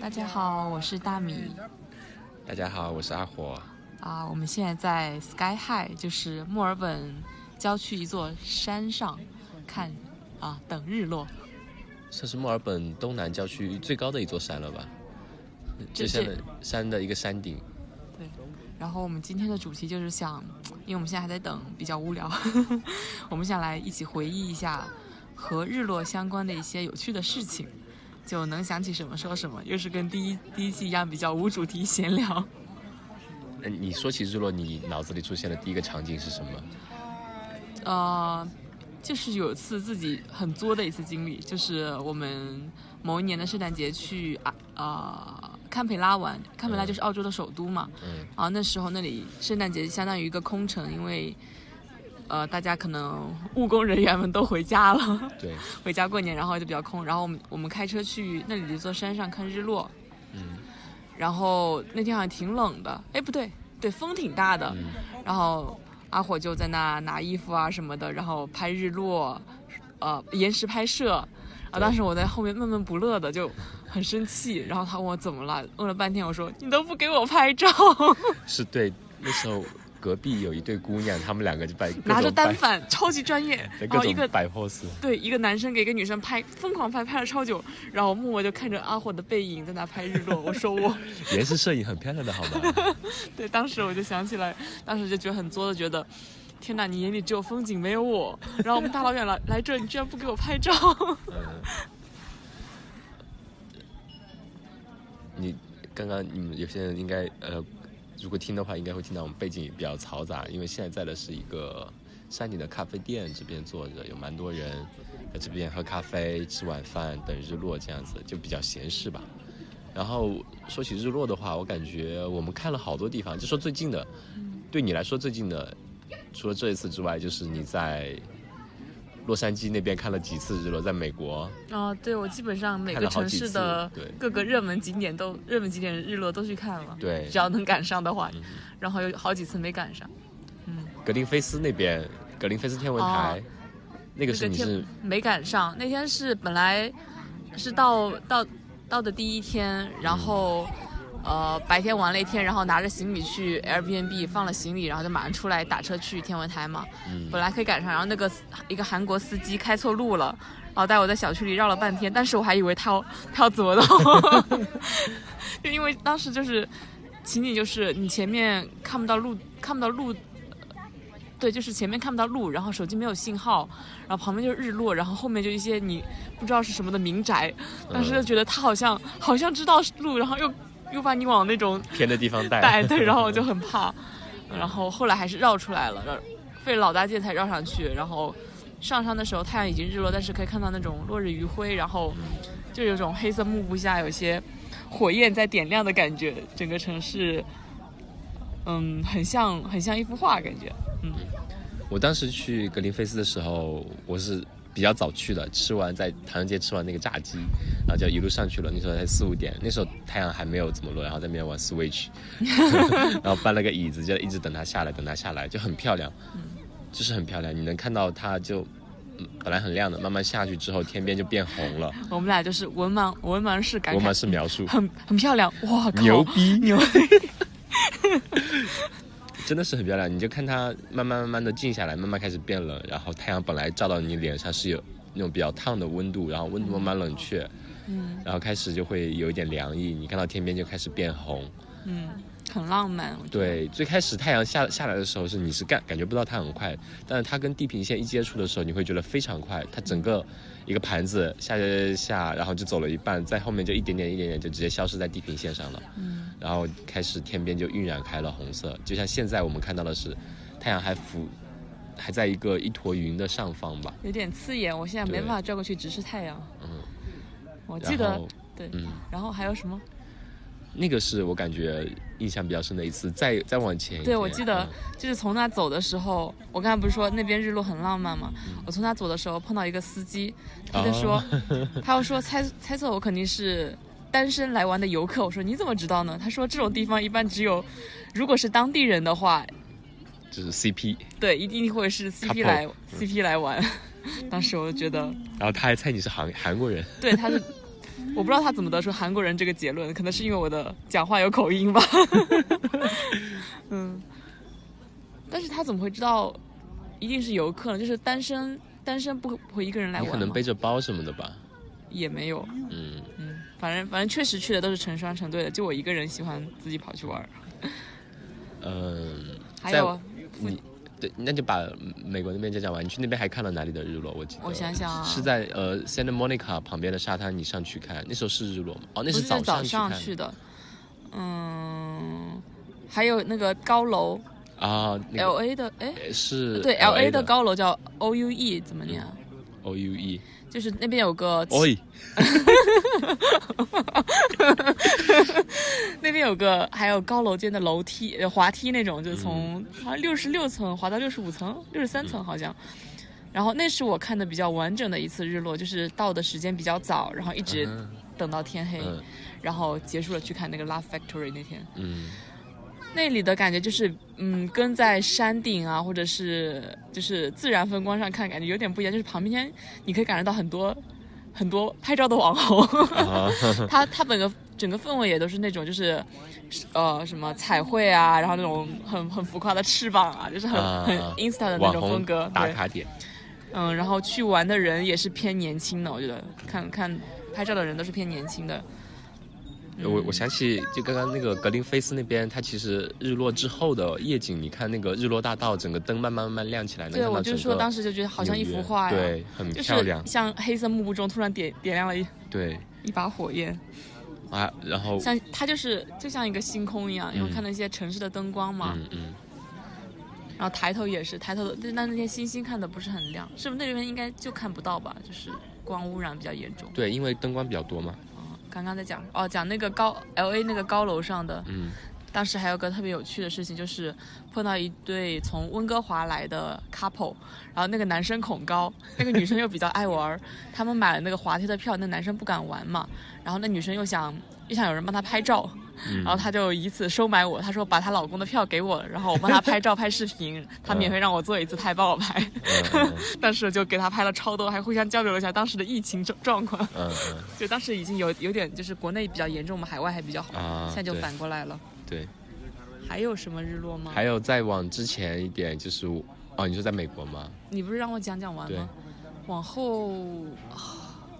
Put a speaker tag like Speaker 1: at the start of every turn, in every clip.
Speaker 1: 大家好，我是大米。
Speaker 2: 大家好，我是阿火。
Speaker 1: 啊，我们现在在 Sky High，就是墨尔本郊区一座山上看啊等日落。
Speaker 2: 算是墨尔本东南郊区最高的一座山了吧？这山的山的一个山顶。
Speaker 1: 对。然后我们今天的主题就是想，因为我们现在还在等，比较无聊， 我们想来一起回忆一下和日落相关的一些有趣的事情，就能想起什么说什么，又是跟第一第一期一样比较无主题闲聊。
Speaker 2: 嗯，你说起日落，你脑子里出现的第一个场景是什么？
Speaker 1: 呃，就是有一次自己很作的一次经历，就是我们某一年的圣诞节去啊啊。呃堪培拉玩，堪培拉就是澳洲的首都嘛。嗯。然、啊、后那时候那里圣诞节相当于一个空城，因为，呃，大家可能务工人员们都回家了。
Speaker 2: 对。
Speaker 1: 回家过年，然后就比较空。然后我们我们开车去那里一座山上看日落。
Speaker 2: 嗯。
Speaker 1: 然后那天好像挺冷的，哎，不对，对，风挺大的。
Speaker 2: 嗯。
Speaker 1: 然后阿火就在那拿衣服啊什么的，然后拍日落，呃，延时拍摄。啊！当时我在后面闷闷不乐的，就很生气。然后他问我怎么了，问了半天，我说你都不给我拍照。
Speaker 2: 是对，那时候隔壁有一对姑娘，她们两个就摆
Speaker 1: 拿着单反，超级专业，然后一个
Speaker 2: 摆 pose。
Speaker 1: 对，一个男生给一个女生拍，疯狂拍，拍了超久。然后默默就看着阿火的背影在那拍日落。我说 我
Speaker 2: 也是摄影很漂亮的好吗？
Speaker 1: 对，当时我就想起来，当时就觉得很作的，觉得天哪，你眼里只有风景没有我。然后我们大老远来来这，你居然不给我拍照。
Speaker 2: 嗯你刚刚你们有些人应该呃，如果听的话，应该会听到我们背景比较嘈杂，因为现在在的是一个山顶的咖啡店，这边坐着有蛮多人在这边喝咖啡、吃晚饭、等日落这样子，就比较闲适吧。然后说起日落的话，我感觉我们看了好多地方，就说最近的，对你来说最近的，除了这一次之外，就是你在。洛杉矶那边看了几次日落，在美国。
Speaker 1: 哦，对，我基本上每个城市的各个热门景点都热门景点日落都去看了，
Speaker 2: 对，
Speaker 1: 只要能赶上的话，嗯、然后有好几次没赶上。嗯，
Speaker 2: 格林菲斯那边，格林菲斯天文台，哦、那个是你是
Speaker 1: 没赶上。那天是本来是到到到的第一天，然后、嗯、呃白天玩了一天，然后拿着行李去 Airbnb 放了行李，然后就马上出来打车去天文台嘛。
Speaker 2: 嗯，
Speaker 1: 本来可以赶上，然后那个。一个韩国司机开错路了，然后带我在小区里绕了半天，但是我还以为他要他要左道， 就因为当时就是情景就是你前面看不到路，看不到路，对，就是前面看不到路，然后手机没有信号，然后旁边就是日落，然后后面就一些你不知道是什么的民宅，当
Speaker 2: 嗯
Speaker 1: 时就觉得他好像好像知道路，然后又又把你往那种
Speaker 2: 偏的地方 带，
Speaker 1: 带对，然后我就很怕，
Speaker 2: 嗯
Speaker 1: 然后后来还是绕出来了，费老大劲才绕上去，然后。上山的时候，太阳已经日落，但是可以看到那种落日余晖，然后
Speaker 2: 嗯
Speaker 1: 就有种黑色幕布下有些火焰在点亮的感觉，整个城市，嗯，很像很像一幅画感觉。嗯，
Speaker 2: 我当时去格林菲斯的时候，我是比较早去的，吃完在唐人街吃完那个炸鸡，然后就一路上去了。那时候才四五点，那时候太阳还没有怎么落，然后在那边玩 Switch，然后搬了个椅子，就一直等它下来，等它下来，就很漂亮。
Speaker 1: 嗯
Speaker 2: 就是很漂亮，你能看到它就，嗯、本来很亮的，慢慢下去之后，天边就变红 了。
Speaker 1: 我们俩就是文盲，文盲式感
Speaker 2: 慨，文盲式描述， 嗯、
Speaker 1: 很很漂亮，哇靠，
Speaker 2: 牛逼，
Speaker 1: 牛逼，
Speaker 2: 真的是很漂亮。你就看它慢慢慢慢的静下来，慢慢开始变冷，然后太阳本来照到你脸上是有那种比较烫的温度，然后温度慢慢冷却，
Speaker 1: 嗯，
Speaker 2: 然后开始就会有一点凉意，你看到天边就开始变红，
Speaker 1: 嗯。很浪漫，
Speaker 2: 对。最开始太阳下下来的时候是你是感感觉不到它很快，但是它跟地平线一接触的时候，你会觉得非常快。它整个一个盘子下下下，然后就走了一半，在后面就一点点一点点就直接消失在地平线上了。
Speaker 1: 嗯。
Speaker 2: 然后开始天边就晕染开了红色，就像现在我们看到的是，太阳还浮，还在一个一坨云的上方吧。
Speaker 1: 有点刺眼，我现在没办法转过去直视太阳。
Speaker 2: 嗯。
Speaker 1: 我记得对，
Speaker 2: 嗯，
Speaker 1: 然后还有什么？
Speaker 2: 那个是我感觉印象比较深的一次，再再往前一。
Speaker 1: 对，我记得、嗯、就是从那走的时候，我刚才不是说那边日落很浪漫嘛？
Speaker 2: 嗯、啊
Speaker 1: 我从那走的时候碰到一个司机，他就说， 哦、他要说猜猜测我肯定是单身来玩的游客。我说你怎么知道呢？他说这种地方一般只有，如果是当地人的话，
Speaker 2: 就是 CP。
Speaker 1: 对，一定会是 CP
Speaker 2: 嗯
Speaker 1: 来 CP 来玩。当时我就觉得，
Speaker 2: 然后他还猜你是韩韩国人。
Speaker 1: 对，他是。我不知道他怎么得出韩国人这个结论，可能是因为我的讲话有口音吧。 嗯，但是他怎么会知道一定是游客呢？就是单身单身不不会一个人来
Speaker 2: 你
Speaker 1: 玩吗
Speaker 2: 可能背着包什么的吧，
Speaker 1: 也没有，
Speaker 2: 嗯，
Speaker 1: 嗯，反正反正确实去的都是成双成对的，就我一个人喜欢自己跑去玩儿。
Speaker 2: 嗯，
Speaker 1: 还
Speaker 2: 在
Speaker 1: 有啊附
Speaker 2: 你对，那就把美国那边就讲完。你去那边还看了哪里的日落？我记得
Speaker 1: 我想想啊
Speaker 2: 是在呃 Santa Monica 旁边的沙滩，你上去看，那时候是日落吗？哦，那
Speaker 1: 不是
Speaker 2: 早
Speaker 1: 早
Speaker 2: 上
Speaker 1: 上
Speaker 2: 去
Speaker 1: 去的，嗯，还有那个高楼、
Speaker 2: 看啊，那个
Speaker 1: l A 的，哎，
Speaker 2: 呃是
Speaker 1: 对
Speaker 2: L
Speaker 1: A
Speaker 2: 的
Speaker 1: 高楼叫 O U E 怎么念啊？
Speaker 2: O U E，
Speaker 1: 就是那边有个
Speaker 2: 哦，
Speaker 1: 那边有个还有高楼间的楼梯、呃滑梯那种，就是从
Speaker 2: 嗯
Speaker 1: 好像六十六层滑到六十五层、六十三层好像。然后那是我看的比较完整的一次日落，就是到的时间比较早，然后一直
Speaker 2: 嗯
Speaker 1: 等到天黑，
Speaker 2: 嗯
Speaker 1: 然后结束了去看那个 Love Factory 那天。
Speaker 2: 嗯
Speaker 1: 那里的感觉就是，嗯，跟在山顶啊，或者是就是自然风光上看，感觉有点不一样。就是旁边你可以感觉到很多很多拍照的网红，
Speaker 2: 啊，
Speaker 1: 它它整个整个氛围也都是那种就是，呃，什么彩绘啊，然后那种很很浮夸的翅膀啊，就是很、
Speaker 2: 啊
Speaker 1: 很 insta 的那
Speaker 2: 网
Speaker 1: 种
Speaker 2: 红
Speaker 1: 风格。
Speaker 2: 打
Speaker 1: 对，
Speaker 2: 卡点，
Speaker 1: 嗯，然后去玩的人也是偏年轻的，我觉得看看拍照的人都是偏年轻的。嗯
Speaker 2: 我我想起就刚刚那个格林菲斯那边，它其实日落之后的夜景，你看那个日落大道，整个灯慢慢慢慢亮起来，能
Speaker 1: 对，
Speaker 2: 看
Speaker 1: 我
Speaker 2: 到
Speaker 1: 就
Speaker 2: 整
Speaker 1: 是说，
Speaker 2: 个
Speaker 1: 当时就觉得好像一
Speaker 2: 纽
Speaker 1: 幅
Speaker 2: 约
Speaker 1: 画呀、
Speaker 2: 对，很
Speaker 1: 就
Speaker 2: 漂
Speaker 1: 是
Speaker 2: 亮，
Speaker 1: 像黑色幕布中突然点点亮了一
Speaker 2: 对
Speaker 1: 一把火焰，
Speaker 2: 啊，然后
Speaker 1: 像它就是就像一个星空一样，因为我
Speaker 2: 嗯
Speaker 1: 看到一些城市的灯光嘛，
Speaker 2: 嗯嗯，
Speaker 1: 然后抬头也是抬头的，但那些星星看的不是很亮，是不是那边应该就看不到吧？就是光污染比较严重。
Speaker 2: 对，因为灯光比较多嘛，
Speaker 1: 嗯，刚刚在讲哦，讲那个高 L A 那个高楼上的，
Speaker 2: 嗯
Speaker 1: 当时还有个特别有趣的事情，就是碰到一对从温哥华来的 couple，然后那个男生恐高，那个女生又比较爱玩儿， 他们买了那个滑梯的票，那男生不敢玩嘛，然后那女生又想又想有人帮她拍照，
Speaker 2: 嗯，
Speaker 1: 然后她就以此收买我，她说把她老公的票给我，然后我帮她拍照拍视频，她免费让我做一次，她还帮我拍，
Speaker 2: 嗯嗯
Speaker 1: 但是就给她拍了超多，还互相交流了一下当时的疫情状状况，
Speaker 2: 嗯嗯
Speaker 1: 就当时已经有有点就是国内比较严重嘛，海外还比较好，
Speaker 2: 啊，
Speaker 1: 现在就
Speaker 2: 对
Speaker 1: 反过来了。
Speaker 2: 对，
Speaker 1: 还有什么日落吗？
Speaker 2: 还有再往之前一点就是我。哦，你说在美国吗？
Speaker 1: 你不是让我讲讲完
Speaker 2: 对
Speaker 1: 吗？往后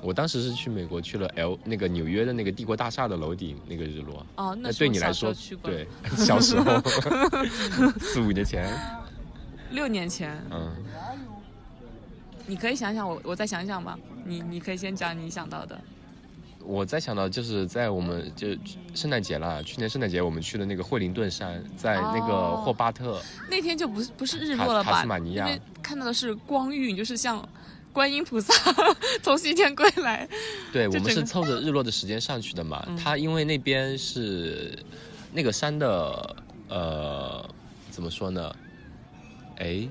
Speaker 2: 我当时是去美国去了 L 那个纽约的那个帝国大厦的楼顶那个日落，
Speaker 1: 哦，那
Speaker 2: 那
Speaker 1: 是
Speaker 2: 哎对
Speaker 1: 我
Speaker 2: 你
Speaker 1: 小
Speaker 2: 来
Speaker 1: 时
Speaker 2: 说
Speaker 1: 候去，过，
Speaker 2: 对，小 时候四五年前，
Speaker 1: 六年前。
Speaker 2: 嗯，
Speaker 1: 你可以想想我，我再想想吧。你你可以先讲你想到的。
Speaker 2: 我在想到就是在我们就圣诞节啦，去年圣诞节我们去的那个惠灵顿山，在那个
Speaker 1: 哦
Speaker 2: 霍巴特，
Speaker 1: 那天就不是不是日落了
Speaker 2: 塔塔
Speaker 1: 吧？
Speaker 2: 斯马尼亚
Speaker 1: 那边看到的是光晕，就是像观音菩萨 从西天归来。
Speaker 2: 对我
Speaker 1: 就
Speaker 2: 们
Speaker 1: 整
Speaker 2: 是
Speaker 1: 个嗯
Speaker 2: 凑着日落的时间上去的嘛。它因为那边是那个山的呃怎么说呢？哎，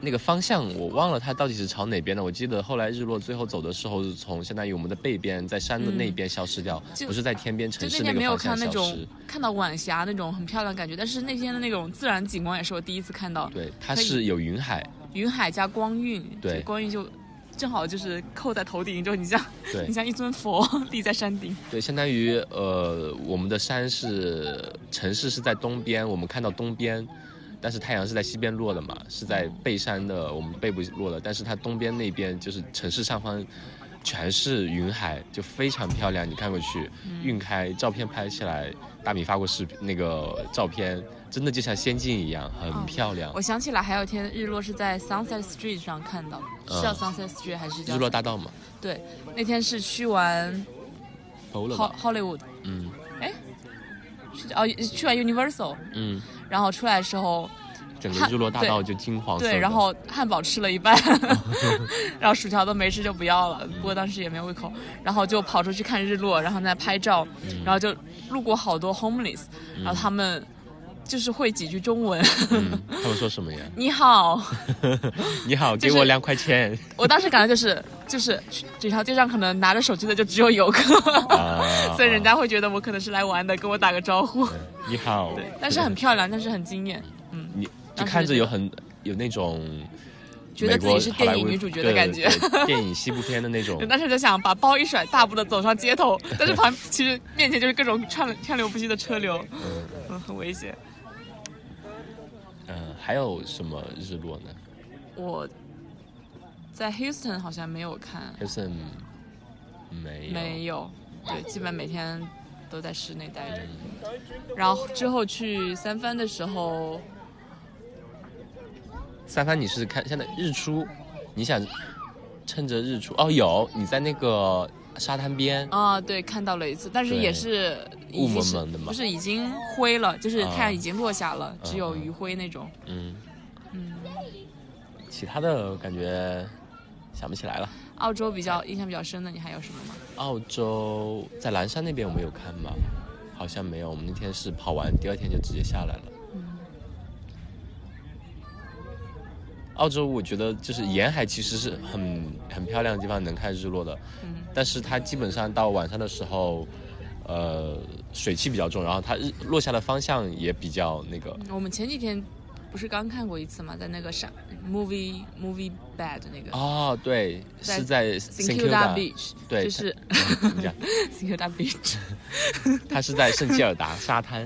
Speaker 2: 那个方向我忘了它到底是朝哪边的。我记得后来日落最后走的时候，是从相当于我们的背边在山的那边消失掉，
Speaker 1: 嗯就
Speaker 2: 不是在天边
Speaker 1: 就
Speaker 2: 城
Speaker 1: 那
Speaker 2: 市
Speaker 1: 天
Speaker 2: 个
Speaker 1: 没有
Speaker 2: 方
Speaker 1: 看
Speaker 2: 向
Speaker 1: 那
Speaker 2: 消
Speaker 1: 种
Speaker 2: 失。
Speaker 1: 看到晚霞那种很漂亮的感觉，但是那天的那种自然景观也是我第一次看到，
Speaker 2: 对，它
Speaker 1: 可以
Speaker 2: 是有云海，
Speaker 1: 云海加光晕，
Speaker 2: 对
Speaker 1: 这光晕就正好就是扣在头顶，就你像
Speaker 2: 对
Speaker 1: 你像一尊佛 立在山顶。
Speaker 2: 对，相当于呃，我们的山是城市是在东边，我们看到东边，但是太阳是在西边落的嘛，是在背山的我们背部落的，但是它东边那边就是城市上方全是云海，就非常漂亮，你看过去，
Speaker 1: 嗯
Speaker 2: 晕开，照片拍起来，大米发过视频那个照片，真的就像仙境一样，很
Speaker 1: 嗯
Speaker 2: 漂亮。
Speaker 1: 我想起来，还有一天日落是在 Sunset Street 上看到的，
Speaker 2: 嗯
Speaker 1: 是叫 Sunset Street 还是叫
Speaker 2: 日落大道嘛，
Speaker 1: 对，那天是去完
Speaker 2: 投了
Speaker 1: Ho
Speaker 2: 吧，
Speaker 1: Hollywood，
Speaker 2: 嗯
Speaker 1: 是哦，去完 Universal，
Speaker 2: 嗯，
Speaker 1: 然后出来的时候，
Speaker 2: 整个
Speaker 1: 它
Speaker 2: 日落大
Speaker 1: 对
Speaker 2: 道就金黄色的，
Speaker 1: 对，然后汉堡吃了一半， 然后薯条都没吃就不要了，不过当时也没有胃口，然后就跑出去看日落，然后在拍照，
Speaker 2: 嗯
Speaker 1: 然后就路过好多 homeless，然后他们就是会几句中文，
Speaker 2: 嗯，他们说什么呀？
Speaker 1: 你好。
Speaker 2: 你好，给
Speaker 1: 就是
Speaker 2: 我两块钱。
Speaker 1: 我当时感觉就是就是这条街上可能拿着手机的就只有游客，
Speaker 2: 啊
Speaker 1: 所以人家会觉得我可能是来玩的，跟我打个招呼。
Speaker 2: 你好，
Speaker 1: 但是很漂亮，但是很惊艳。
Speaker 2: 你就
Speaker 1: 当时
Speaker 2: 看着
Speaker 1: 就
Speaker 2: 有很有那种
Speaker 1: 觉得自己是电影女主角的感觉
Speaker 2: 美。国好莱 坞对对电影西部片的那种
Speaker 1: 我。当时就想把包一甩，大步的走上街头，但是旁其实面前就是各种川川流不息的车流，
Speaker 2: 嗯
Speaker 1: 嗯，很危险。
Speaker 2: 嗯，还有什么日落呢
Speaker 1: 我在 Houston 好像没有看，
Speaker 2: ？Houston 没有。
Speaker 1: 没有，对，基本每天都在室内待着。
Speaker 2: 嗯
Speaker 1: 然后之后去三藩的时候，
Speaker 2: 三番你是看现在日出，你想趁着日出哦，有你在那个沙滩边，
Speaker 1: 啊，对，看到了一次，但是
Speaker 2: 对
Speaker 1: 也是
Speaker 2: 雾
Speaker 1: 已经是
Speaker 2: 蒙蒙的嘛
Speaker 1: 不是已经灰了，就是
Speaker 2: 啊
Speaker 1: 太阳已经落下了，只有
Speaker 2: 嗯嗯
Speaker 1: 余晖那种。
Speaker 2: 嗯，
Speaker 1: 嗯，
Speaker 2: 其他的感觉想不起来了。
Speaker 1: 澳洲比较印象比较深的，你还有什么吗？
Speaker 2: 澳洲在蓝山那边我们有看吗？好像没有，我们那天是跑完，第二天就直接下来了。
Speaker 1: 嗯
Speaker 2: 澳洲我觉得就是沿海其实是很很漂亮的地方，能看日落的。
Speaker 1: 嗯
Speaker 2: 但是它基本上到晚上的时候，呃，水汽比较重，然后它日落下的方向也比较那个，
Speaker 1: 嗯我们前几天不是刚看过一次吗？在那个啥 movie movie bed 那个
Speaker 2: 哦，对，
Speaker 1: 嗯在
Speaker 2: 是在
Speaker 1: St.
Speaker 2: Kilda
Speaker 1: Kilda Beach，
Speaker 2: 对
Speaker 1: 就是
Speaker 2: 嗯你讲
Speaker 1: St. Kilda Beach。
Speaker 2: 它是在圣基尔达沙滩，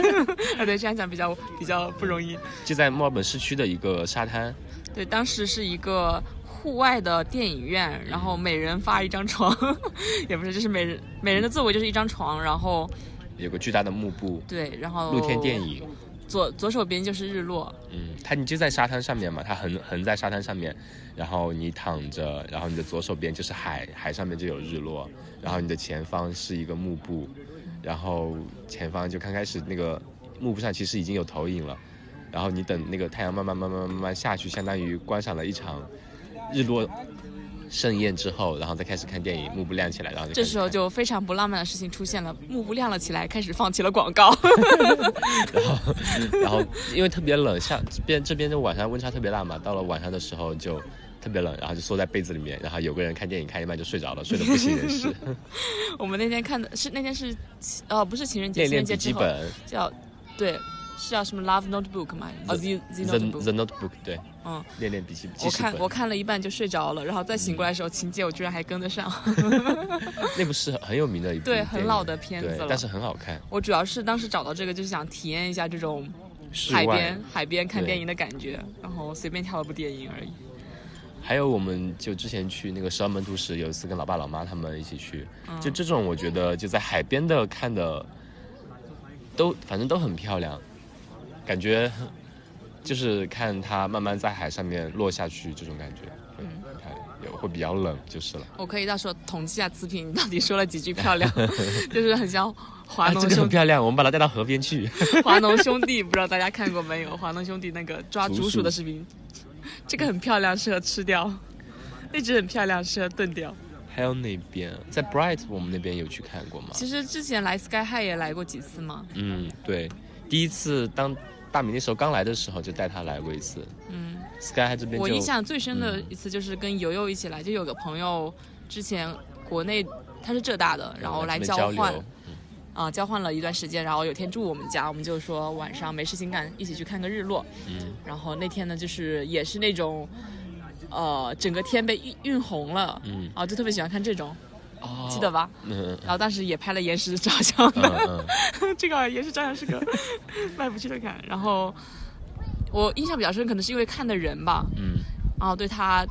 Speaker 1: 啊，对，这样讲比较比较不容易。
Speaker 2: 就在墨尔本市区的一个沙滩。
Speaker 1: 对，当时是一个户外的电影院，然后每人发一张床， 也不是，就是每人每人的座位就是一张床，然后
Speaker 2: 有个巨大的幕布，
Speaker 1: 对，然后
Speaker 2: 露天电，影，
Speaker 1: 左左手边就是日落，
Speaker 2: 嗯，它你就在沙滩上面嘛，它横横在沙滩上面，然后你躺着，然后你的左手边就是海，海上面就有日落，然后你的前方是一个幕布，然后前方就刚开始那个幕布上其实已经有投影了，然后你等那个太阳慢慢慢慢慢慢下去，相当于观赏了一场日落盛宴之后，然后再开始看电影，幕布亮起来，然后就
Speaker 1: 这
Speaker 2: 开始
Speaker 1: 时候
Speaker 2: 看
Speaker 1: 就非常不浪漫的事情出现了，幕布亮了起来，开始放起了广告。
Speaker 2: 然后因为特别冷，像这边这边的晚上温差特别大嘛，到了晚上的时候就特别冷，然后就缩在被子里面，然后有个人看电影看一半就睡着了，睡得不省 人事。
Speaker 1: 我们那天看的是那天是，呃，不是情人节，
Speaker 2: 恋
Speaker 1: 情人
Speaker 2: 恋
Speaker 1: 节
Speaker 2: 笔
Speaker 1: 之
Speaker 2: 记
Speaker 1: 后
Speaker 2: 本
Speaker 1: 叫，对，是叫什么 Love Notebook 吗？哦 Z Z
Speaker 2: ，The
Speaker 1: Notebook。
Speaker 2: The Notebook，对，
Speaker 1: 嗯，
Speaker 2: 恋恋笔记
Speaker 1: 我
Speaker 2: 记事
Speaker 1: 看
Speaker 2: 本嗯
Speaker 1: 我，看了一半就睡着了，然后再醒过来的时候，情节我居然还跟得上。
Speaker 2: 那部是很有名的一部
Speaker 1: 对
Speaker 2: 电影
Speaker 1: 很老的片子
Speaker 2: 对
Speaker 1: 了
Speaker 2: 但是很好看。
Speaker 1: 我主要是当时找到这个，就是想体验一下这种
Speaker 2: 室
Speaker 1: 海
Speaker 2: 外
Speaker 1: 边海边看
Speaker 2: 对
Speaker 1: 电影的感觉，然后随便挑了部电影而已。
Speaker 2: 还有，我们就之前去那个十二门徒石，有一次跟老爸老妈他们一起去，
Speaker 1: 嗯
Speaker 2: 就这种我觉得就在海边的看的，都反正都很漂亮，感觉就是看它慢慢在海上面落下去这种感觉，对，
Speaker 1: 嗯
Speaker 2: 看有会比较冷就是了。
Speaker 1: 我可以到时候统计一下词频，你到底说了几句漂 亮，就是很像华
Speaker 2: 啊，
Speaker 1: 农
Speaker 2: 这个
Speaker 1: 兄
Speaker 2: 很
Speaker 1: 弟。
Speaker 2: 漂亮，我们把它带到河边去。
Speaker 1: 华农兄弟不知道大家看过没有？华农兄弟那个抓竹鼠的视频，这个很漂亮，适合吃掉；那只很漂亮，适合炖掉。
Speaker 2: 还有那边 在 Bright，我们那边有去看过吗？
Speaker 1: 其实之前来 Sky High 也来过几次嘛，
Speaker 2: 嗯，对，第一次当大米那时候刚来的时候就带他来过一次。
Speaker 1: 嗯，
Speaker 2: Sky 这边就
Speaker 1: 我印象最深的
Speaker 2: 嗯
Speaker 1: 一次就是跟游游一起来，就有个朋友之前国内他是浙大的，然后
Speaker 2: 嗯
Speaker 1: 来
Speaker 2: 这边
Speaker 1: 交
Speaker 2: 交
Speaker 1: 换
Speaker 2: 流
Speaker 1: 啊、交换了一段时间，然后有天住我们家，我们就说晚上没事情干，一起去看个日落。
Speaker 2: 嗯，
Speaker 1: 然后那天呢，就是也是那种，呃，整个天被晕晕红了，
Speaker 2: 嗯
Speaker 1: 啊，就特别喜欢看这种，
Speaker 2: 哦
Speaker 1: 记得吧？
Speaker 2: 嗯
Speaker 1: 然后当时也拍了延时照相，
Speaker 2: 嗯嗯，
Speaker 1: 这个也是照样是 个卖不去的看。然后我印象比较深，可能是因为看的人吧，
Speaker 2: 嗯，
Speaker 1: 然后对他，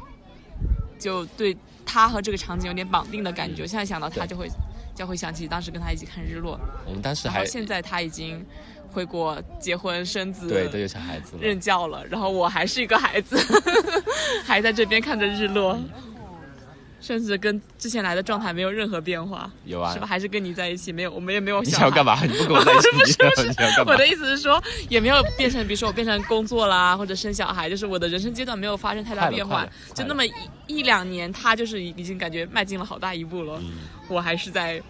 Speaker 1: 就对他和这个场景有点绑定的感觉。现在想到他
Speaker 2: 对
Speaker 1: 就会就会想起当时跟他一起看日落，
Speaker 2: 我们当时
Speaker 1: 然后
Speaker 2: 还
Speaker 1: 现在他已经回国结婚生子，
Speaker 2: 对都有小孩子了，
Speaker 1: 任教了，然后我还是一个孩子， 还在这边看着日落。甚至跟之前来的状态没有任何变化，
Speaker 2: 有啊
Speaker 1: 是吧？还是跟你在一起，没有，我们也没有
Speaker 2: 你
Speaker 1: 小
Speaker 2: 想
Speaker 1: 孩。
Speaker 2: 要干嘛？你不跟我在一起， 你想你想要干嘛
Speaker 1: 我？的意思是说，也没有变成，比如说我变成工作啦，或者生小孩，就是我的人生阶段没有发生太大
Speaker 2: 快了
Speaker 1: 变化
Speaker 2: 快了，
Speaker 1: 就
Speaker 2: 快了
Speaker 1: 那么一一两年，他就是已经感觉迈进了好大一步了。我还是在
Speaker 2: 嗯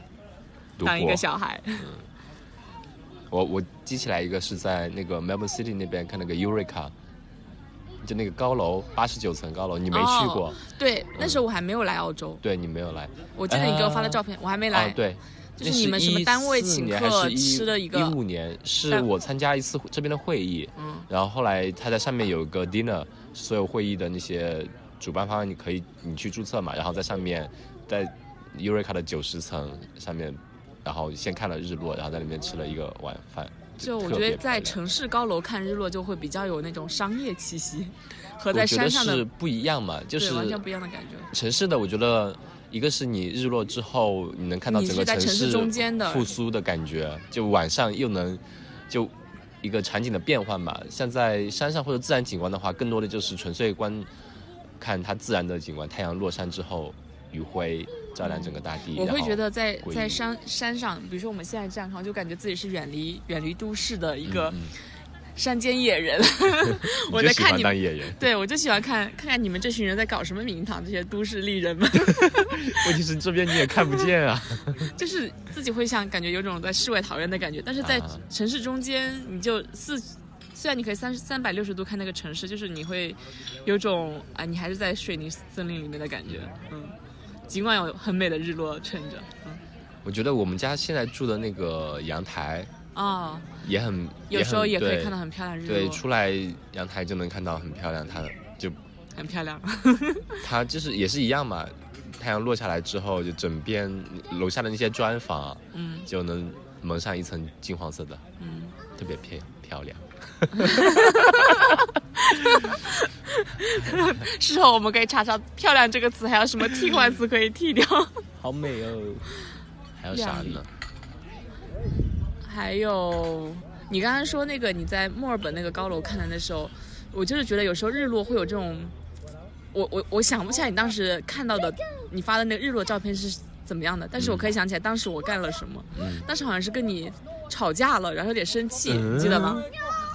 Speaker 2: 读
Speaker 1: 当一个
Speaker 2: 博
Speaker 1: 小孩，
Speaker 2: 我我记起来一个是在那个 Melbourne City 那边看那个 Eureka，就那个高楼八十九层高楼，你没去过，
Speaker 1: 哦对，那时候我还没有来澳洲，
Speaker 2: 对你没有来，
Speaker 1: 我记得你给我发的照片，我还没
Speaker 2: 哦
Speaker 1: 来。
Speaker 2: 对，
Speaker 1: 就是你们什么单位请客吃的一个
Speaker 2: 一五年是我参加一次这边的会议，
Speaker 1: 嗯，
Speaker 2: 然后后来他在上面有一个 dinner，所有会议的那些主办方你可以你去注册嘛，然后在上面在尤瑞卡的九十层上面，然后先看了日落，然后在里面吃了一个晚饭。
Speaker 1: 就我
Speaker 2: 特
Speaker 1: 觉
Speaker 2: 别
Speaker 1: 得在
Speaker 2: 漂亮
Speaker 1: 城市高楼看日落就会比较有那种商业气息，和在
Speaker 2: 我觉
Speaker 1: 山
Speaker 2: 得
Speaker 1: 上
Speaker 2: 是
Speaker 1: 的
Speaker 2: 不一样嘛，就
Speaker 1: 对
Speaker 2: 是
Speaker 1: 完全不一样的感觉。
Speaker 2: 城市的，我觉得一个是你日落之后，你能看到
Speaker 1: 你
Speaker 2: 整
Speaker 1: 是
Speaker 2: 个
Speaker 1: 在城市
Speaker 2: 市
Speaker 1: 中间的嗯
Speaker 2: 复苏的感觉，就晚上又能就一个场景的变换嘛。像在山上或者自然景观的话，更多的就是纯粹观看它自然的景观，太阳落山之后，余晖照亮整个大地。
Speaker 1: 我会
Speaker 2: 然后
Speaker 1: 觉得在
Speaker 2: 归
Speaker 1: 在
Speaker 2: 隐
Speaker 1: 山山上，比如说我们现在这样，然后就感觉自己是远离远离都市的一个
Speaker 2: 嗯嗯
Speaker 1: 山间野 人。
Speaker 2: 你
Speaker 1: 我
Speaker 2: 就
Speaker 1: 在
Speaker 2: 喜
Speaker 1: 看
Speaker 2: 欢
Speaker 1: 你
Speaker 2: 当野人，
Speaker 1: 对，我就喜欢看看看你们这群人在搞什么名堂，这些都市丽人们，
Speaker 2: 问题是这边你也看不见啊。
Speaker 1: 就是自己会想感觉有种在世外桃源的感觉，但是在
Speaker 2: 啊
Speaker 1: 城市中间，你就四。虽然你可以三三百六十度看那个城市，就是你会有种啊，你还是在水泥森林里面的感觉，嗯，尽管有很美的日落衬着，嗯，
Speaker 2: 我觉得我们家现在住的那个阳台
Speaker 1: 哦，
Speaker 2: 也很，
Speaker 1: 有时候也
Speaker 2: 也很
Speaker 1: 可以
Speaker 2: 对
Speaker 1: 看到很漂亮的日
Speaker 2: 对，
Speaker 1: 落，
Speaker 2: 出来阳台就能看到很漂亮，它就
Speaker 1: 很漂亮。
Speaker 2: 它就是也是一样嘛。太阳落下来之后，就整边楼下的那些砖房
Speaker 1: 嗯
Speaker 2: 就能蒙上一层金黄色的，
Speaker 1: 嗯，
Speaker 2: 特别漂漂亮。
Speaker 1: 事哦后我们可以查查“漂亮”这个词还有什么替换词可以替掉。
Speaker 2: 好美哦！还有啥呢？
Speaker 1: 还有你刚刚说那个你在墨尔本那个高楼看的那时候，我就是觉得有时候日落会有这种，我我我想不起来你当时看到的你发的那个日落照片是怎么样的，但是我可以想起来当时我干了什么，
Speaker 2: 嗯
Speaker 1: 当时好像是跟你吵架了，然后有点生气，
Speaker 2: 嗯
Speaker 1: 你记得吗？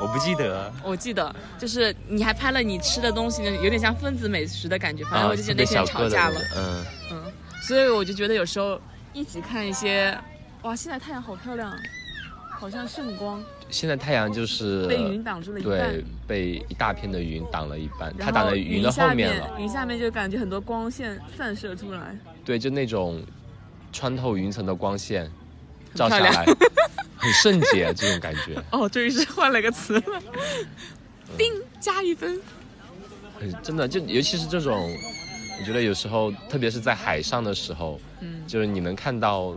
Speaker 2: 我不记得啊，
Speaker 1: 我记得，就是你还拍了你吃的东西，有点像分子美食的感觉，反正我就记得
Speaker 2: 啊特别
Speaker 1: 那天
Speaker 2: 小个
Speaker 1: 吵
Speaker 2: 的
Speaker 1: 架
Speaker 2: 那
Speaker 1: 了。
Speaker 2: 个嗯，
Speaker 1: 嗯，所以我就觉得有时候一起看一些，哇，现在太阳好漂亮，好像圣光
Speaker 2: 现在太阳就是
Speaker 1: 被云挡住了一半
Speaker 2: 呃对，，被一大片的云挡了一半，
Speaker 1: 然
Speaker 2: 它挡
Speaker 1: 后
Speaker 2: 在
Speaker 1: 云
Speaker 2: 的后
Speaker 1: 下面
Speaker 2: 了。，
Speaker 1: 云下面就感觉很多光线散射出来，
Speaker 2: 对，就那种穿透云层的光线照
Speaker 1: 漂
Speaker 2: 下
Speaker 1: 亮
Speaker 2: 来，很圣洁这种感觉，
Speaker 1: 哦，终于是换了个词，
Speaker 2: 嗯
Speaker 1: 叮，加一分，
Speaker 2: 很真的就尤其是这种，我觉得有时候，特别是在海上的时候，
Speaker 1: 嗯，
Speaker 2: 就是你能看到。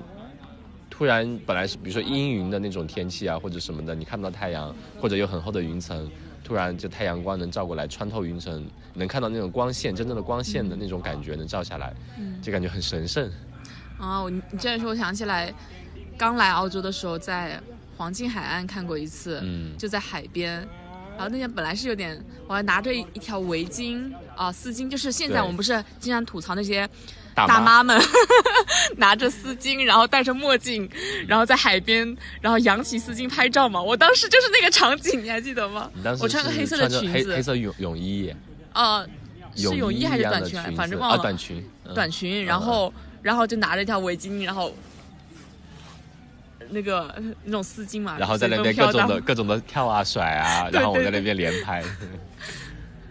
Speaker 2: 突然，本来是比如说阴云的那种天气啊，或者什么的，你看不到太阳，或者有很厚的云层，突然就太阳光能照过来，穿透云层，能看到那种光线，真正的光线的那种感觉能照下来，
Speaker 1: 嗯
Speaker 2: 就感觉很神圣。
Speaker 1: 啊，我你你这样说，我想起来，刚来澳洲的时候在黄金海岸看过一次，
Speaker 2: 嗯
Speaker 1: 就在海边。然后那天本来是有点，我还拿着一一条围巾啊、丝巾，就是现在
Speaker 2: 对
Speaker 1: 我们不是经常吐槽那些
Speaker 2: 大
Speaker 1: 大妈们 拿着丝巾，然后戴着墨镜，然后在海边，然后扬起丝巾拍照嘛。我当时就是那个场景，你还记得吗
Speaker 2: 你当？时
Speaker 1: 我穿个
Speaker 2: 是
Speaker 1: 黑色的
Speaker 2: 穿着
Speaker 1: 裙
Speaker 2: 黑黑
Speaker 1: 子，
Speaker 2: 色泳泳衣，
Speaker 1: 呃，是泳
Speaker 2: 泳
Speaker 1: 衣还
Speaker 2: 一
Speaker 1: 是
Speaker 2: 样
Speaker 1: 短
Speaker 2: 的
Speaker 1: 裙来？
Speaker 2: 子
Speaker 1: 反正忘
Speaker 2: 啊，
Speaker 1: 了。
Speaker 2: 短裙，嗯
Speaker 1: 短裙，然后、然后就拿着一条围巾，然后那个那种丝巾嘛，
Speaker 2: 然后在那
Speaker 1: 随
Speaker 2: 边
Speaker 1: 风飘
Speaker 2: 各种
Speaker 1: 荡
Speaker 2: 的各种的跳啊甩啊，
Speaker 1: 对
Speaker 2: 然后我
Speaker 1: 对
Speaker 2: 在那
Speaker 1: 对
Speaker 2: 边连拍，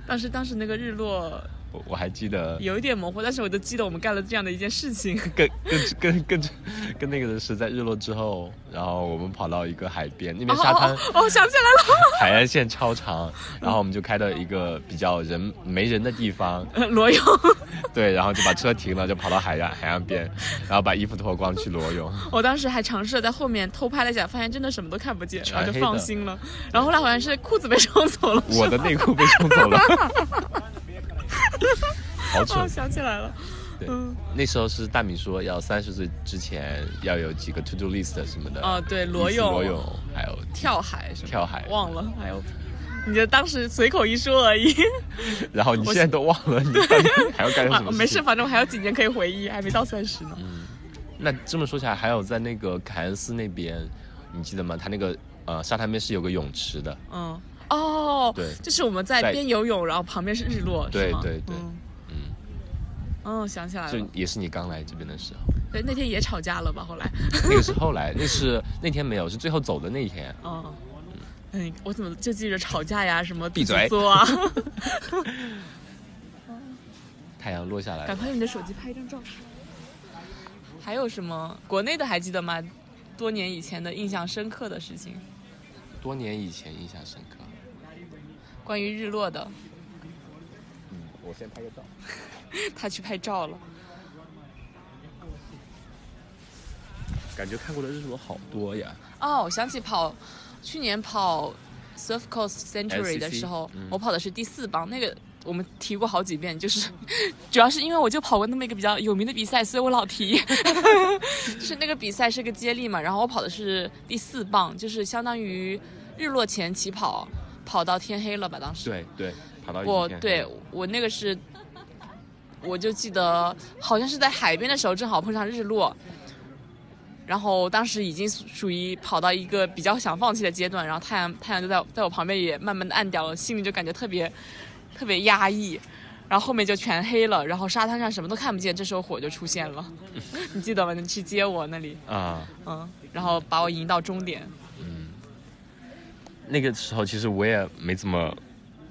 Speaker 1: 当时当时那个日落
Speaker 2: 我我还记得
Speaker 1: 有一点模糊，但是我就记得我们干了这样的一件事情。
Speaker 2: 更更更更更那个的是在日落之后，然后我们跑到一个海边，那边沙滩
Speaker 1: 哦 哦哦，想起来
Speaker 2: 海岸线超长，然后我们就开到一个比较人没人的地方，
Speaker 1: 了，裸泳。
Speaker 2: 对，然后就把车停了，就跑到海岸海岸边，然后把衣服脱光去 裸泳，
Speaker 1: 我当时还尝试在后面偷拍了一下，发现真的什么都看不见，
Speaker 2: 全
Speaker 1: 然后就
Speaker 2: 黑的
Speaker 1: 放心了。然后后来好像是裤子被冲走了，是
Speaker 2: 我的内裤被冲走了，
Speaker 1: 吧
Speaker 2: 好
Speaker 1: 哦，
Speaker 2: 蠢。
Speaker 1: 想起来了，
Speaker 2: 对
Speaker 1: 嗯，
Speaker 2: 那时候是大米说要三十岁之前要有几个 to do list 什么的。
Speaker 1: 哦，对，
Speaker 2: 一
Speaker 1: 裸
Speaker 2: 次
Speaker 1: 泳、
Speaker 2: 裸泳，还有
Speaker 1: 跳海什么的，
Speaker 2: 跳海
Speaker 1: 忘了，哎
Speaker 2: 还有，
Speaker 1: 你就当时随口一说而已。
Speaker 2: 然后你现在都忘了，你到底还要干什
Speaker 1: 啊
Speaker 2: 么？， 嗯
Speaker 1: 没事，。反正我还有几年可以回忆，还没到三十呢。
Speaker 2: 那这么说起来，还有在那个凯恩斯那边，你记得吗？他那个呃沙滩边是有个泳池的，
Speaker 1: 嗯，哦，
Speaker 2: 对
Speaker 1: 就是我们在
Speaker 2: 在
Speaker 1: 边游泳，然后旁边是日落，
Speaker 2: 对
Speaker 1: 是吗
Speaker 2: 对对
Speaker 1: 嗯
Speaker 2: 嗯，
Speaker 1: 嗯，想起来
Speaker 2: 就
Speaker 1: 了，
Speaker 2: 也是你刚来这边的时候，
Speaker 1: 对，那天也吵架了吧？后来，
Speaker 2: 那个是后来，那是那天没有，是最后走的那一天。
Speaker 1: 嗯， 哎，我怎么就记着吵架呀，什么
Speaker 2: 闭嘴
Speaker 1: 自己作 啊？
Speaker 2: 太阳落下来
Speaker 1: 赶，快用你的手机拍一张照片。还有什么国内的还记得吗？多年以前的印象深刻的事情，
Speaker 2: 多年以前印象深刻。
Speaker 1: 关于日落的，
Speaker 2: 嗯，我先拍个照。
Speaker 1: 他去拍照了。
Speaker 2: 感觉看过的日落好多呀。
Speaker 1: 哦，我想起跑，去年跑 Surf Coast Century
Speaker 2: LCC
Speaker 1: 的时候，
Speaker 2: 嗯
Speaker 1: 我跑的是第四棒，那个我们提过好几遍，就是主要是因为我就跑过那么一个比较有名的比赛，所以我老提。就是那个比赛是个接力嘛，然后我跑的是第四棒，就是相当于日落前起跑，跑到天黑了吧？当时
Speaker 2: 对对，跑到
Speaker 1: 我
Speaker 2: 一片嗯
Speaker 1: 对我那个是，我就记得好像是在海边的时候，正好碰上日落，然后当时已经属属于跑到一个比较想放弃的阶段，然后太阳太阳就在我在我旁边也慢慢的暗掉了，心里就感觉特别特别压抑。然后后面就全黑了，然后沙滩上什么都看不见，这时候火就出现了，你记得吗？你去接我那里，
Speaker 2: 啊，
Speaker 1: 嗯，然后把我引到终点，
Speaker 2: 那个时候其实我也没怎么，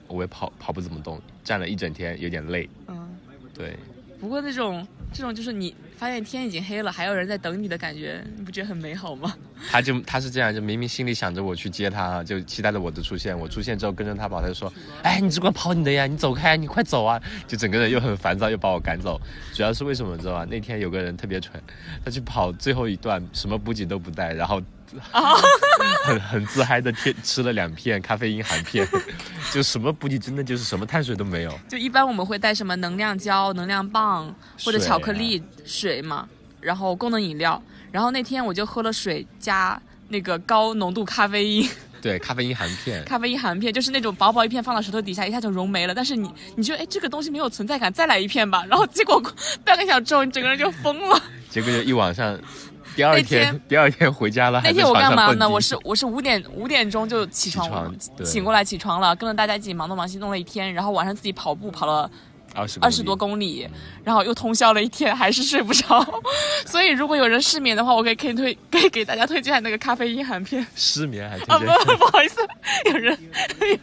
Speaker 2: 我也跑跑不怎么动，站了一整天，有点累。
Speaker 1: 嗯。
Speaker 2: 对，
Speaker 1: 不过那种这种就是你发现天已经黑了，还有人在等你的感觉，你不觉得很美好吗？
Speaker 2: 他就他是这样，就明明心里想着我去接他，就期待着我的出现。我出现之后跟着他跑，他就说：“哎，你只管跑你的呀，你走开，你快走啊！”就整个人又很烦躁，又把我赶走。主要是为什么你知道吗？那天有个人特别蠢，他去跑最后一段，什么补给都不带，然后很很自嗨的贴吃了两片咖啡因含片， 就什么补给真的就是什么碳水都没有。
Speaker 1: 就一般我们会带什么能量胶、能量棒或者
Speaker 2: 水啊
Speaker 1: 巧克力、水嘛，然后功能饮料。然后那天我就喝了水加那个高浓度咖啡因，
Speaker 2: 对，咖啡因含片。
Speaker 1: 咖啡因含片，就是那种薄薄一片放到舌头底下一下就融没了。但是你你觉得哎这个东西没有存在感，再来一片吧。然后结果半个小时之后，你整个人就疯了。
Speaker 2: 结果就一晚上，第二天
Speaker 1: 那天
Speaker 2: 第二天回家了，
Speaker 1: 那
Speaker 2: 还在
Speaker 1: 天我
Speaker 2: 床
Speaker 1: 干
Speaker 2: 上
Speaker 1: 嘛
Speaker 2: 蹦
Speaker 1: 呢？
Speaker 2: 迪
Speaker 1: 我是我是五点五点钟就起床，
Speaker 2: 起床对
Speaker 1: 醒过来起床了，跟着大家一起忙东忙西弄了一天，然后晚上自己跑步跑了
Speaker 2: 二十
Speaker 1: 二十多
Speaker 2: 公里
Speaker 1: 公里，然后又通宵了一天，还是睡不 着。所以如果有人失眠的话，我可以可以推可以给大家推荐那个咖啡因含片
Speaker 2: 失眠还
Speaker 1: 啊，
Speaker 2: 推
Speaker 1: 不
Speaker 2: 荐
Speaker 1: 不好意思， 有人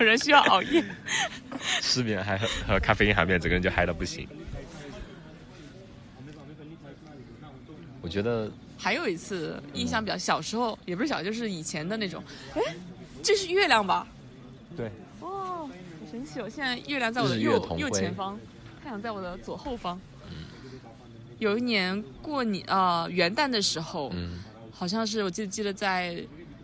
Speaker 1: 有人需要熬夜。
Speaker 2: 失眠还喝喝咖啡因含片，整个人就嗨到不行。我觉得
Speaker 1: 还有一次印象比较小时候，也不是小，就是以前的那种，哎，这是月亮吧？
Speaker 2: 对，
Speaker 1: 哦，好神奇哦！现在月嗯亮在我的
Speaker 2: 日月
Speaker 1: 右
Speaker 2: 同辉
Speaker 1: 右前方，太阳在我的左后方。有一年过年啊、呃元旦的时候，
Speaker 2: 嗯，
Speaker 1: 好像是我记得记得在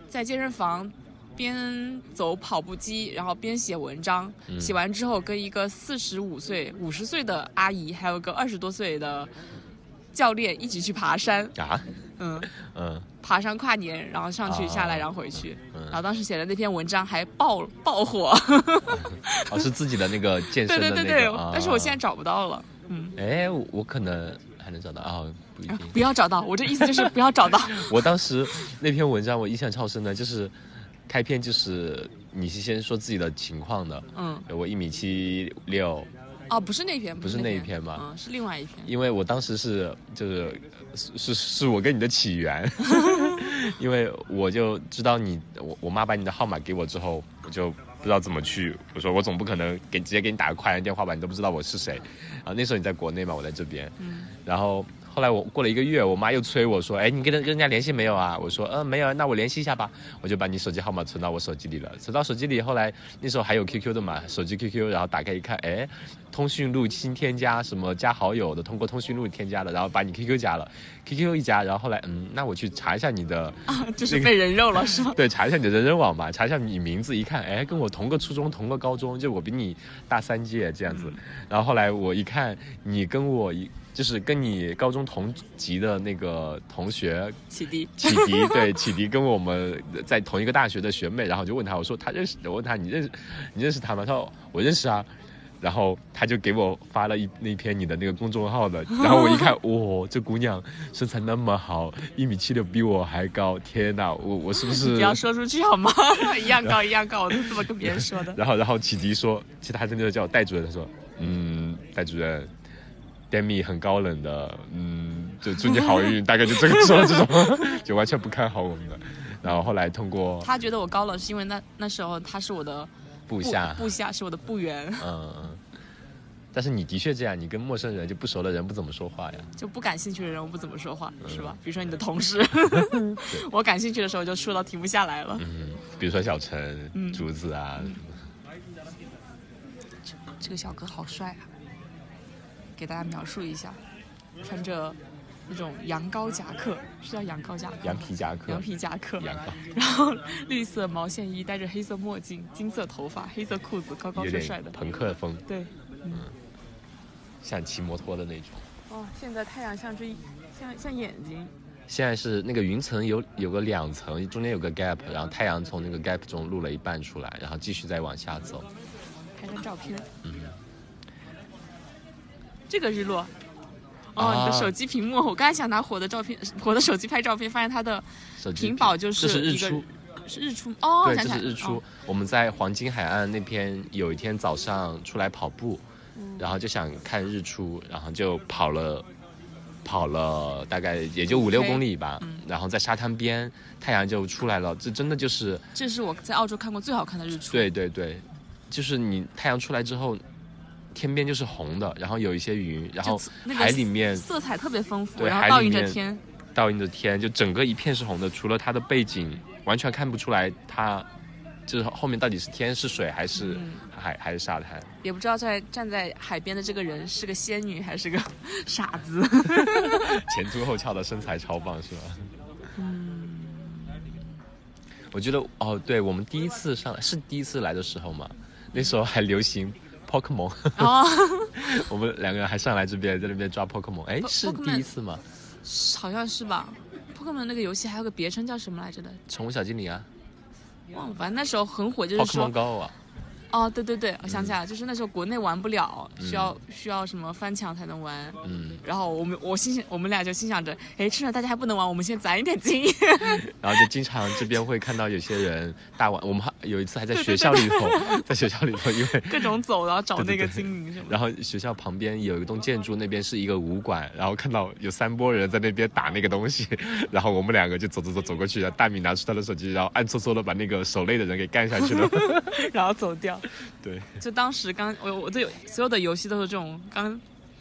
Speaker 1: 在健身房边走跑步机，然后边写文章，
Speaker 2: 嗯
Speaker 1: 写完之后跟一个四十五岁、五十岁的阿姨，还有个二十多岁的教练一起去爬山，
Speaker 2: 啊，
Speaker 1: 嗯，
Speaker 2: 嗯，
Speaker 1: 爬山跨年，然后上去
Speaker 2: 啊
Speaker 1: 下来，然后回去，
Speaker 2: 嗯
Speaker 1: 然后当时写的那篇文章还爆爆火。
Speaker 2: 哦，是自己的那个健
Speaker 1: 对对
Speaker 2: 身的那个，
Speaker 1: 对对，
Speaker 2: 啊
Speaker 1: 但是我现在，找不到了。嗯，
Speaker 2: 哎，我我可能还能找到啊，不一
Speaker 1: 啊
Speaker 2: 定。
Speaker 1: 不要找到，我这意思就是不要找到。
Speaker 2: 我当时那篇文章我印象超深的，就是开篇就是你是先说自己的情况的，
Speaker 1: 嗯，
Speaker 2: 我一米七六，
Speaker 1: 啊，不是那篇，
Speaker 2: 不是
Speaker 1: 那
Speaker 2: 那一篇吗
Speaker 1: 嗯，是另外一篇。
Speaker 2: 因为我当时是就是是是是我跟你的起源，因为我就知道你我我妈把你的号码给我之后，我就不知道怎么去，我说我总不可能给直接给你打个跨洋电话吧，你都不知道我是谁，啊那时候你在国内嘛，我在这边，然后。后来我过了一个月，我妈又催我说：“哎，你跟人跟人家联系没有啊？”我说：“嗯、没有啊，那我联系一下吧。”我就把你手机号码存到我手机里了。存到手机里，后来那时候还有 QQ 的嘛，手机 QQ，然后打开一看，哎，通讯录新添加，什么加好友的，通过通讯录添加的，然后把你 QQ 加了，QQ 一加，然后后来嗯，那我去查一下你的，
Speaker 1: 就是被人肉了是吗？
Speaker 2: 对，查一下你的人人网嘛，查一下你名字，一看，哎，跟我同个初中，同个高中，就我比你大三届这样子。然后后来我一看，你跟我一就是跟你高中同级的那个同学
Speaker 1: 启迪，
Speaker 2: 启迪，对，启迪跟我们在同一个大学的学妹，然后我就问他，我说他认识，我问他你认识你认识他吗？他说我认识啊。然后他就给我发了一那篇你的那个公众号的，然后我一看，哇、这姑娘身材那么好，一米七六，比我还高，天呐，我我是不是
Speaker 1: 不要说出去好吗？ 一样高一样高，我都这么跟别人说的。
Speaker 2: 然后，然后启迪说，其他真的叫我戴主任，他说，嗯，戴主任，Demi 很高冷的，嗯，就祝你好运，大概就这个 说这种，就完全不看好我们的。然后后来通过
Speaker 1: 他觉得我高冷是因为那那时候他是我的
Speaker 2: 部下，
Speaker 1: 部下是我的部员，
Speaker 2: 嗯，嗯但是你的确这样，你跟陌生人就不熟的人不怎么说话呀。
Speaker 1: 就不感兴趣的人我不怎么说话，
Speaker 2: 嗯
Speaker 1: 是吧？比如说你的同 事， 我感兴趣的时候就说到停不下来了。
Speaker 2: 嗯，比如说小陈、
Speaker 1: 嗯
Speaker 2: 竹子啊，嗯
Speaker 1: 这个小哥好帅啊！给大家描述一下，穿着那种羊羔夹克，是叫羊羔夹克吗？
Speaker 2: 羊皮夹克，
Speaker 1: 羊皮夹克，
Speaker 2: 羊羔
Speaker 1: 然后绿色毛线衣，戴着黑色墨镜，金色头发，黑色裤子，高高
Speaker 2: 有
Speaker 1: 帅哦帅
Speaker 2: 点
Speaker 1: 的。
Speaker 2: 朋克风，
Speaker 1: 对，
Speaker 2: 像骑摩托的那种。
Speaker 1: 哦，现在太阳像只像像眼睛，
Speaker 2: 现在是那个云层有有个两层，中间有个 gap，然后太阳从那个 gap 中露了一半出来，然后继续再往下走。
Speaker 1: 拍张照片。
Speaker 2: 嗯，
Speaker 1: 这个日落。哦，
Speaker 2: 啊
Speaker 1: 你的手机屏幕，我刚才想拿火的照片，火的手机拍照片，发现它的
Speaker 2: 手机
Speaker 1: 屏保就是
Speaker 2: 这是日
Speaker 1: 一个
Speaker 2: 出，
Speaker 1: 是日出哦，
Speaker 2: 对，
Speaker 1: 想
Speaker 2: 这
Speaker 1: 起来
Speaker 2: 是日
Speaker 1: 了
Speaker 2: 出
Speaker 1: 哦。
Speaker 2: 我们在黄金海岸那边有一天早上出来跑步，
Speaker 1: 嗯
Speaker 2: 然后就想看日出，然后就跑了。跑了大概也就五六
Speaker 1: OK
Speaker 2: 公里吧，
Speaker 1: 嗯
Speaker 2: 然后在沙滩边，太阳就出来了。这真的就是，
Speaker 1: 这是我在澳洲看过最好看的日出。
Speaker 2: 对对对，就是你太阳出来之后，天边就是红的，然后有一些云，然后
Speaker 1: 就那个
Speaker 2: 海里面
Speaker 1: 色彩特别丰富，
Speaker 2: 对
Speaker 1: 然后
Speaker 2: 海
Speaker 1: 倒
Speaker 2: 里
Speaker 1: 映着
Speaker 2: 面
Speaker 1: 天，
Speaker 2: 倒映着天，就整个一片是红的，除了它的背景，完全看不出来它就是后面到底是天是水还是
Speaker 1: 嗯
Speaker 2: 海、还是沙滩。
Speaker 1: 也不知道在站在海边的这个人是个仙女还 是个傻子。
Speaker 2: 前凸后翘的身材超棒是吧？嗯我觉得哦，对我们第一次上是第一次来的时候嘛，那时候还流行 Pokemon，
Speaker 1: 哦，
Speaker 2: 我们两个人还上来这边在那边抓 Pokemon，哎，是第一次吗？
Speaker 1: 好像是吧。Pokemon 那个游戏还有个别称叫什么来着的，
Speaker 2: 宠物小精灵啊
Speaker 1: 忘了。反正那时候很火，就是
Speaker 2: ，Pokemon
Speaker 1: 说，
Speaker 2: Go 啊，
Speaker 1: 哦，对对对，我想起
Speaker 2: 嗯
Speaker 1: 来了，就是那时候国内玩不了，需要需要什么翻墙才能玩。
Speaker 2: 嗯，
Speaker 1: 然后我们我心想，我们俩就心想着，哎，趁着大家还不能玩，我们先攒一点经验。
Speaker 2: 然后就经常这边会看到有些人大晚，我们还有一次还在学校里头， 在学校里头，因为
Speaker 1: 各种走，然后找
Speaker 2: 对对
Speaker 1: 那个
Speaker 2: 对
Speaker 1: 精灵什么的。
Speaker 2: 然后学校旁边有一栋建筑，那边是一个武馆，然后看到有三波人在那边打那个东西， 然后我们两个就走走走走过去，然后大米拿出他的手机，然后暗搓搓的把那个守擂的人给干下 去了。
Speaker 1: 然后走掉。
Speaker 2: 对，
Speaker 1: 就当时刚我我对所有的游戏都是这种刚
Speaker 2: 刚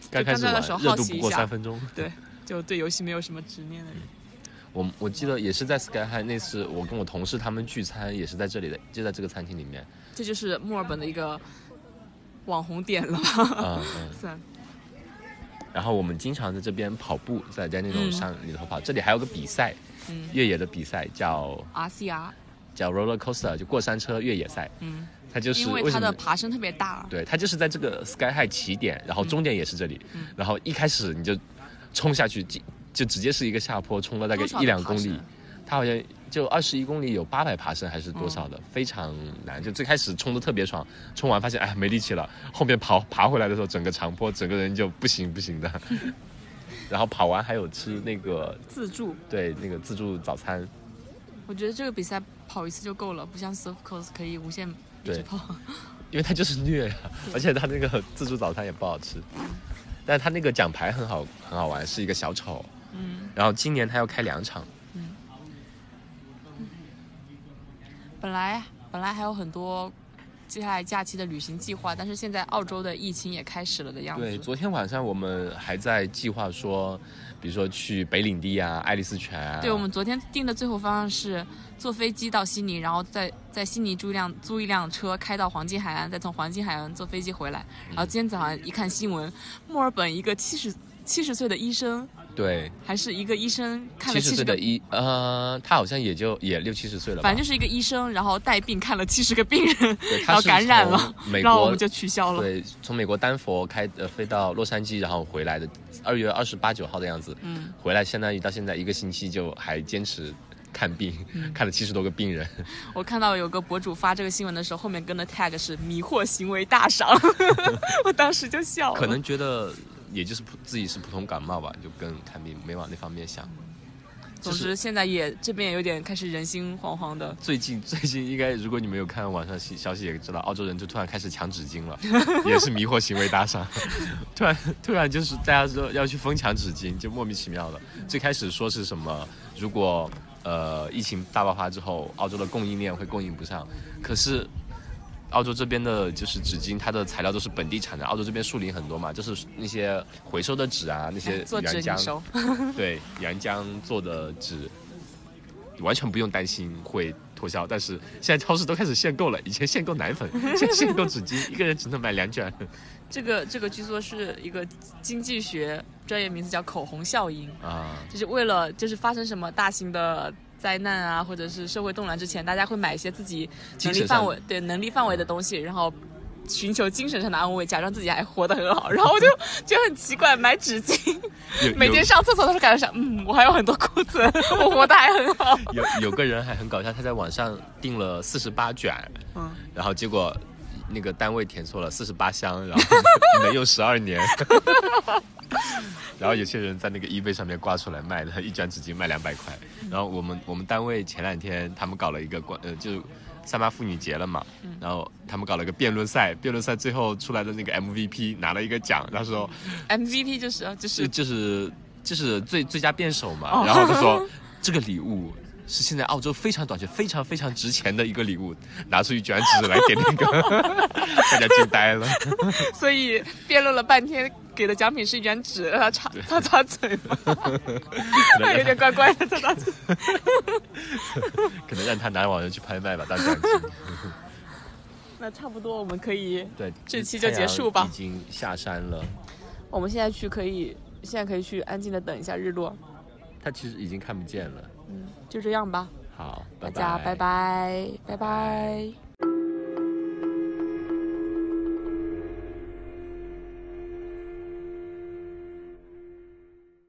Speaker 2: 开始
Speaker 1: 刚才
Speaker 2: 玩
Speaker 1: 的时候
Speaker 2: 热
Speaker 1: 好
Speaker 2: 度
Speaker 1: 奇
Speaker 2: 不
Speaker 1: 一
Speaker 2: 过
Speaker 1: 下
Speaker 2: 三分钟。
Speaker 1: 对就对游戏没有什么执念的人。
Speaker 2: 嗯我我记得也是在 Sky High 那次，我跟我同事他们聚餐也是在这里的，就在这个餐厅里面。
Speaker 1: 这就是墨尔本的一个网红点了吧？
Speaker 2: 嗯 嗯。
Speaker 1: 算
Speaker 2: 然后我们经常在这边跑步，在在那种
Speaker 1: 嗯
Speaker 2: 山里头跑。这里还有个比赛，
Speaker 1: 嗯
Speaker 2: 越野的比赛叫
Speaker 1: RCR，
Speaker 2: 叫 roller coaster，就过山车越野赛。
Speaker 1: 嗯，
Speaker 2: 它就是
Speaker 1: 因为
Speaker 2: 为
Speaker 1: 它
Speaker 2: 什
Speaker 1: 的
Speaker 2: 么？
Speaker 1: 爬升特别大，
Speaker 2: 对，它就是在这个 Sky High 起点，然后终点也是这里，
Speaker 1: 嗯
Speaker 2: 然后一开始你就冲下去，就就直接是一个下坡，冲了大概
Speaker 1: 多少
Speaker 2: 一
Speaker 1: 的
Speaker 2: 两
Speaker 1: 爬
Speaker 2: 公里
Speaker 1: 升，
Speaker 2: 它好像就二十一公里有八百爬升还是多少
Speaker 1: 哦
Speaker 2: 的，非常难。就最开始冲的特别爽，冲完发现哎没力气了，后面跑爬回来的时候，整个长坡整个人就不行不行的。 然后跑完还有吃那个
Speaker 1: 自助。
Speaker 2: 对那个自助早餐，
Speaker 1: 我觉得这个比赛跑一次就够了，不像 Surf Course 可以无限一
Speaker 2: 对
Speaker 1: 直跑。
Speaker 2: 因为它就是 虐呀、而且它那个自助早餐也不好吃，但它那个奖牌很好很好玩，是一个小丑。
Speaker 1: 嗯，
Speaker 2: 然后今年他要开两场，
Speaker 1: 本来本来还有很多接下来假期的旅行计划，但是现在澳洲的疫情也开始了的样
Speaker 2: 对，
Speaker 1: 子。
Speaker 2: 昨天晚上我们还在计划说，比如说去北领地啊、爱丽丝泉啊，
Speaker 1: 对，我们昨天定的最后方案是坐飞机到悉尼，然后在在悉尼租一辆租一辆车开到黄金海岸，再从黄金海岸坐飞机回来。然后今天早上一看新闻，墨尔本一个七十七十岁的医生，
Speaker 2: 对，
Speaker 1: 还是一个医生看
Speaker 2: 七
Speaker 1: 了
Speaker 2: 十
Speaker 1: 七十
Speaker 2: 岁
Speaker 1: 个
Speaker 2: 的，医，呃，他好像也就也六七十岁了吧，
Speaker 1: 反正就是一个医生，然后带病看了七十个病人，
Speaker 2: 对
Speaker 1: 然
Speaker 2: 他
Speaker 1: 后
Speaker 2: 是
Speaker 1: 感染
Speaker 2: 从
Speaker 1: 了，
Speaker 2: 美
Speaker 1: 然后我
Speaker 2: 国
Speaker 1: 们就取消了。
Speaker 2: 对，从美国丹佛开呃飞到洛杉矶，然后回来的二月二十八九号的样子，
Speaker 1: 嗯，
Speaker 2: 回来相当于到现在一个星期就还坚持看病，
Speaker 1: 嗯
Speaker 2: 看了七十多个病人，
Speaker 1: 我看到有个博主发这个新闻的时候，后面跟的 tag 是“迷惑行为大赏”， 我当时就笑了。
Speaker 2: 可能觉得也就是普自己是普通感冒吧，就跟看病没往那方面想。
Speaker 1: 总
Speaker 2: 就是
Speaker 1: 之，现在也这边也有点开始人心惶惶的。
Speaker 2: 最近 最近应该，如果你们有看网上消消息，也知道澳洲人就突然开始抢纸巾了， 也是迷惑行为打赏。 突然突然就是大家说要去疯抢纸巾，就莫名其妙的。最开始说是什么，如果呃疫情大爆发之后，澳洲的供应链会供应不上，可是。澳洲这边的就是纸巾，它的材料都是本地产的。澳洲这边树林很多嘛，就是那些回收的纸啊，那些
Speaker 1: 哎做纸
Speaker 2: 原
Speaker 1: 你
Speaker 2: 浆，
Speaker 1: 收，
Speaker 2: 对，原浆做的纸，完全不用担心会脱销。但是现在超市都开始限购了，以前限购奶粉，现在限购纸巾，一个人只能买两卷。
Speaker 1: 这个这个据说是一个经济学专业名词叫口红效应，
Speaker 2: 啊，
Speaker 1: 就是为了就是发生什么大型的灾难啊，或者是社会动乱之前，大家会买一些自己能
Speaker 2: 精
Speaker 1: 力
Speaker 2: 神
Speaker 1: 范
Speaker 2: 上
Speaker 1: 围对能力范围的东西，然后。寻求精神上的安慰，假装自己还活得很好，然后我就觉得很奇怪，买纸巾，
Speaker 2: 有
Speaker 1: 每天上厕所的时候感觉想，嗯，我还有很多库 存，我活得还很好。
Speaker 2: 有有有个人还很搞笑，他在网上订了四十八卷，
Speaker 1: 嗯，
Speaker 2: 然后结果那个单位填错了四十八箱，然后没有十二年。然后有些人在那个 eBay 上面挂出来卖的，一卷纸巾卖两百块。然后我们我们单位前两天他们搞了一个关呃，就是三八妇女节了嘛，然后他们搞了一个辩论赛，辩论赛最后出来的那个 MVP 拿了一个奖，他说
Speaker 1: MVP 就是就是
Speaker 2: 是就是就是最最佳辩手嘛
Speaker 1: 嗯哦。
Speaker 2: 然后他 说这个礼物是现在澳洲非常短缺、非常非常值钱的一个礼物，拿出一卷纸来给那个 大家惊呆了。
Speaker 1: 所以辩论了半天，给的奖品是一卷 纸，让他擦擦擦嘴 巴，有点怪怪 的擦擦嘴。
Speaker 2: 可能让他拿网上去拍卖吧，大奖金。
Speaker 1: 那差不多，我们可以，
Speaker 2: 对，
Speaker 1: 这期就结束吧
Speaker 2: 太阳已经下山了，
Speaker 1: 我们现在去可以，现在可以去安静的等一下日落。
Speaker 2: 他其实已经看不见了。
Speaker 1: 就这样吧，
Speaker 2: 好，
Speaker 1: 大家拜拜，拜拜。
Speaker 2: 拜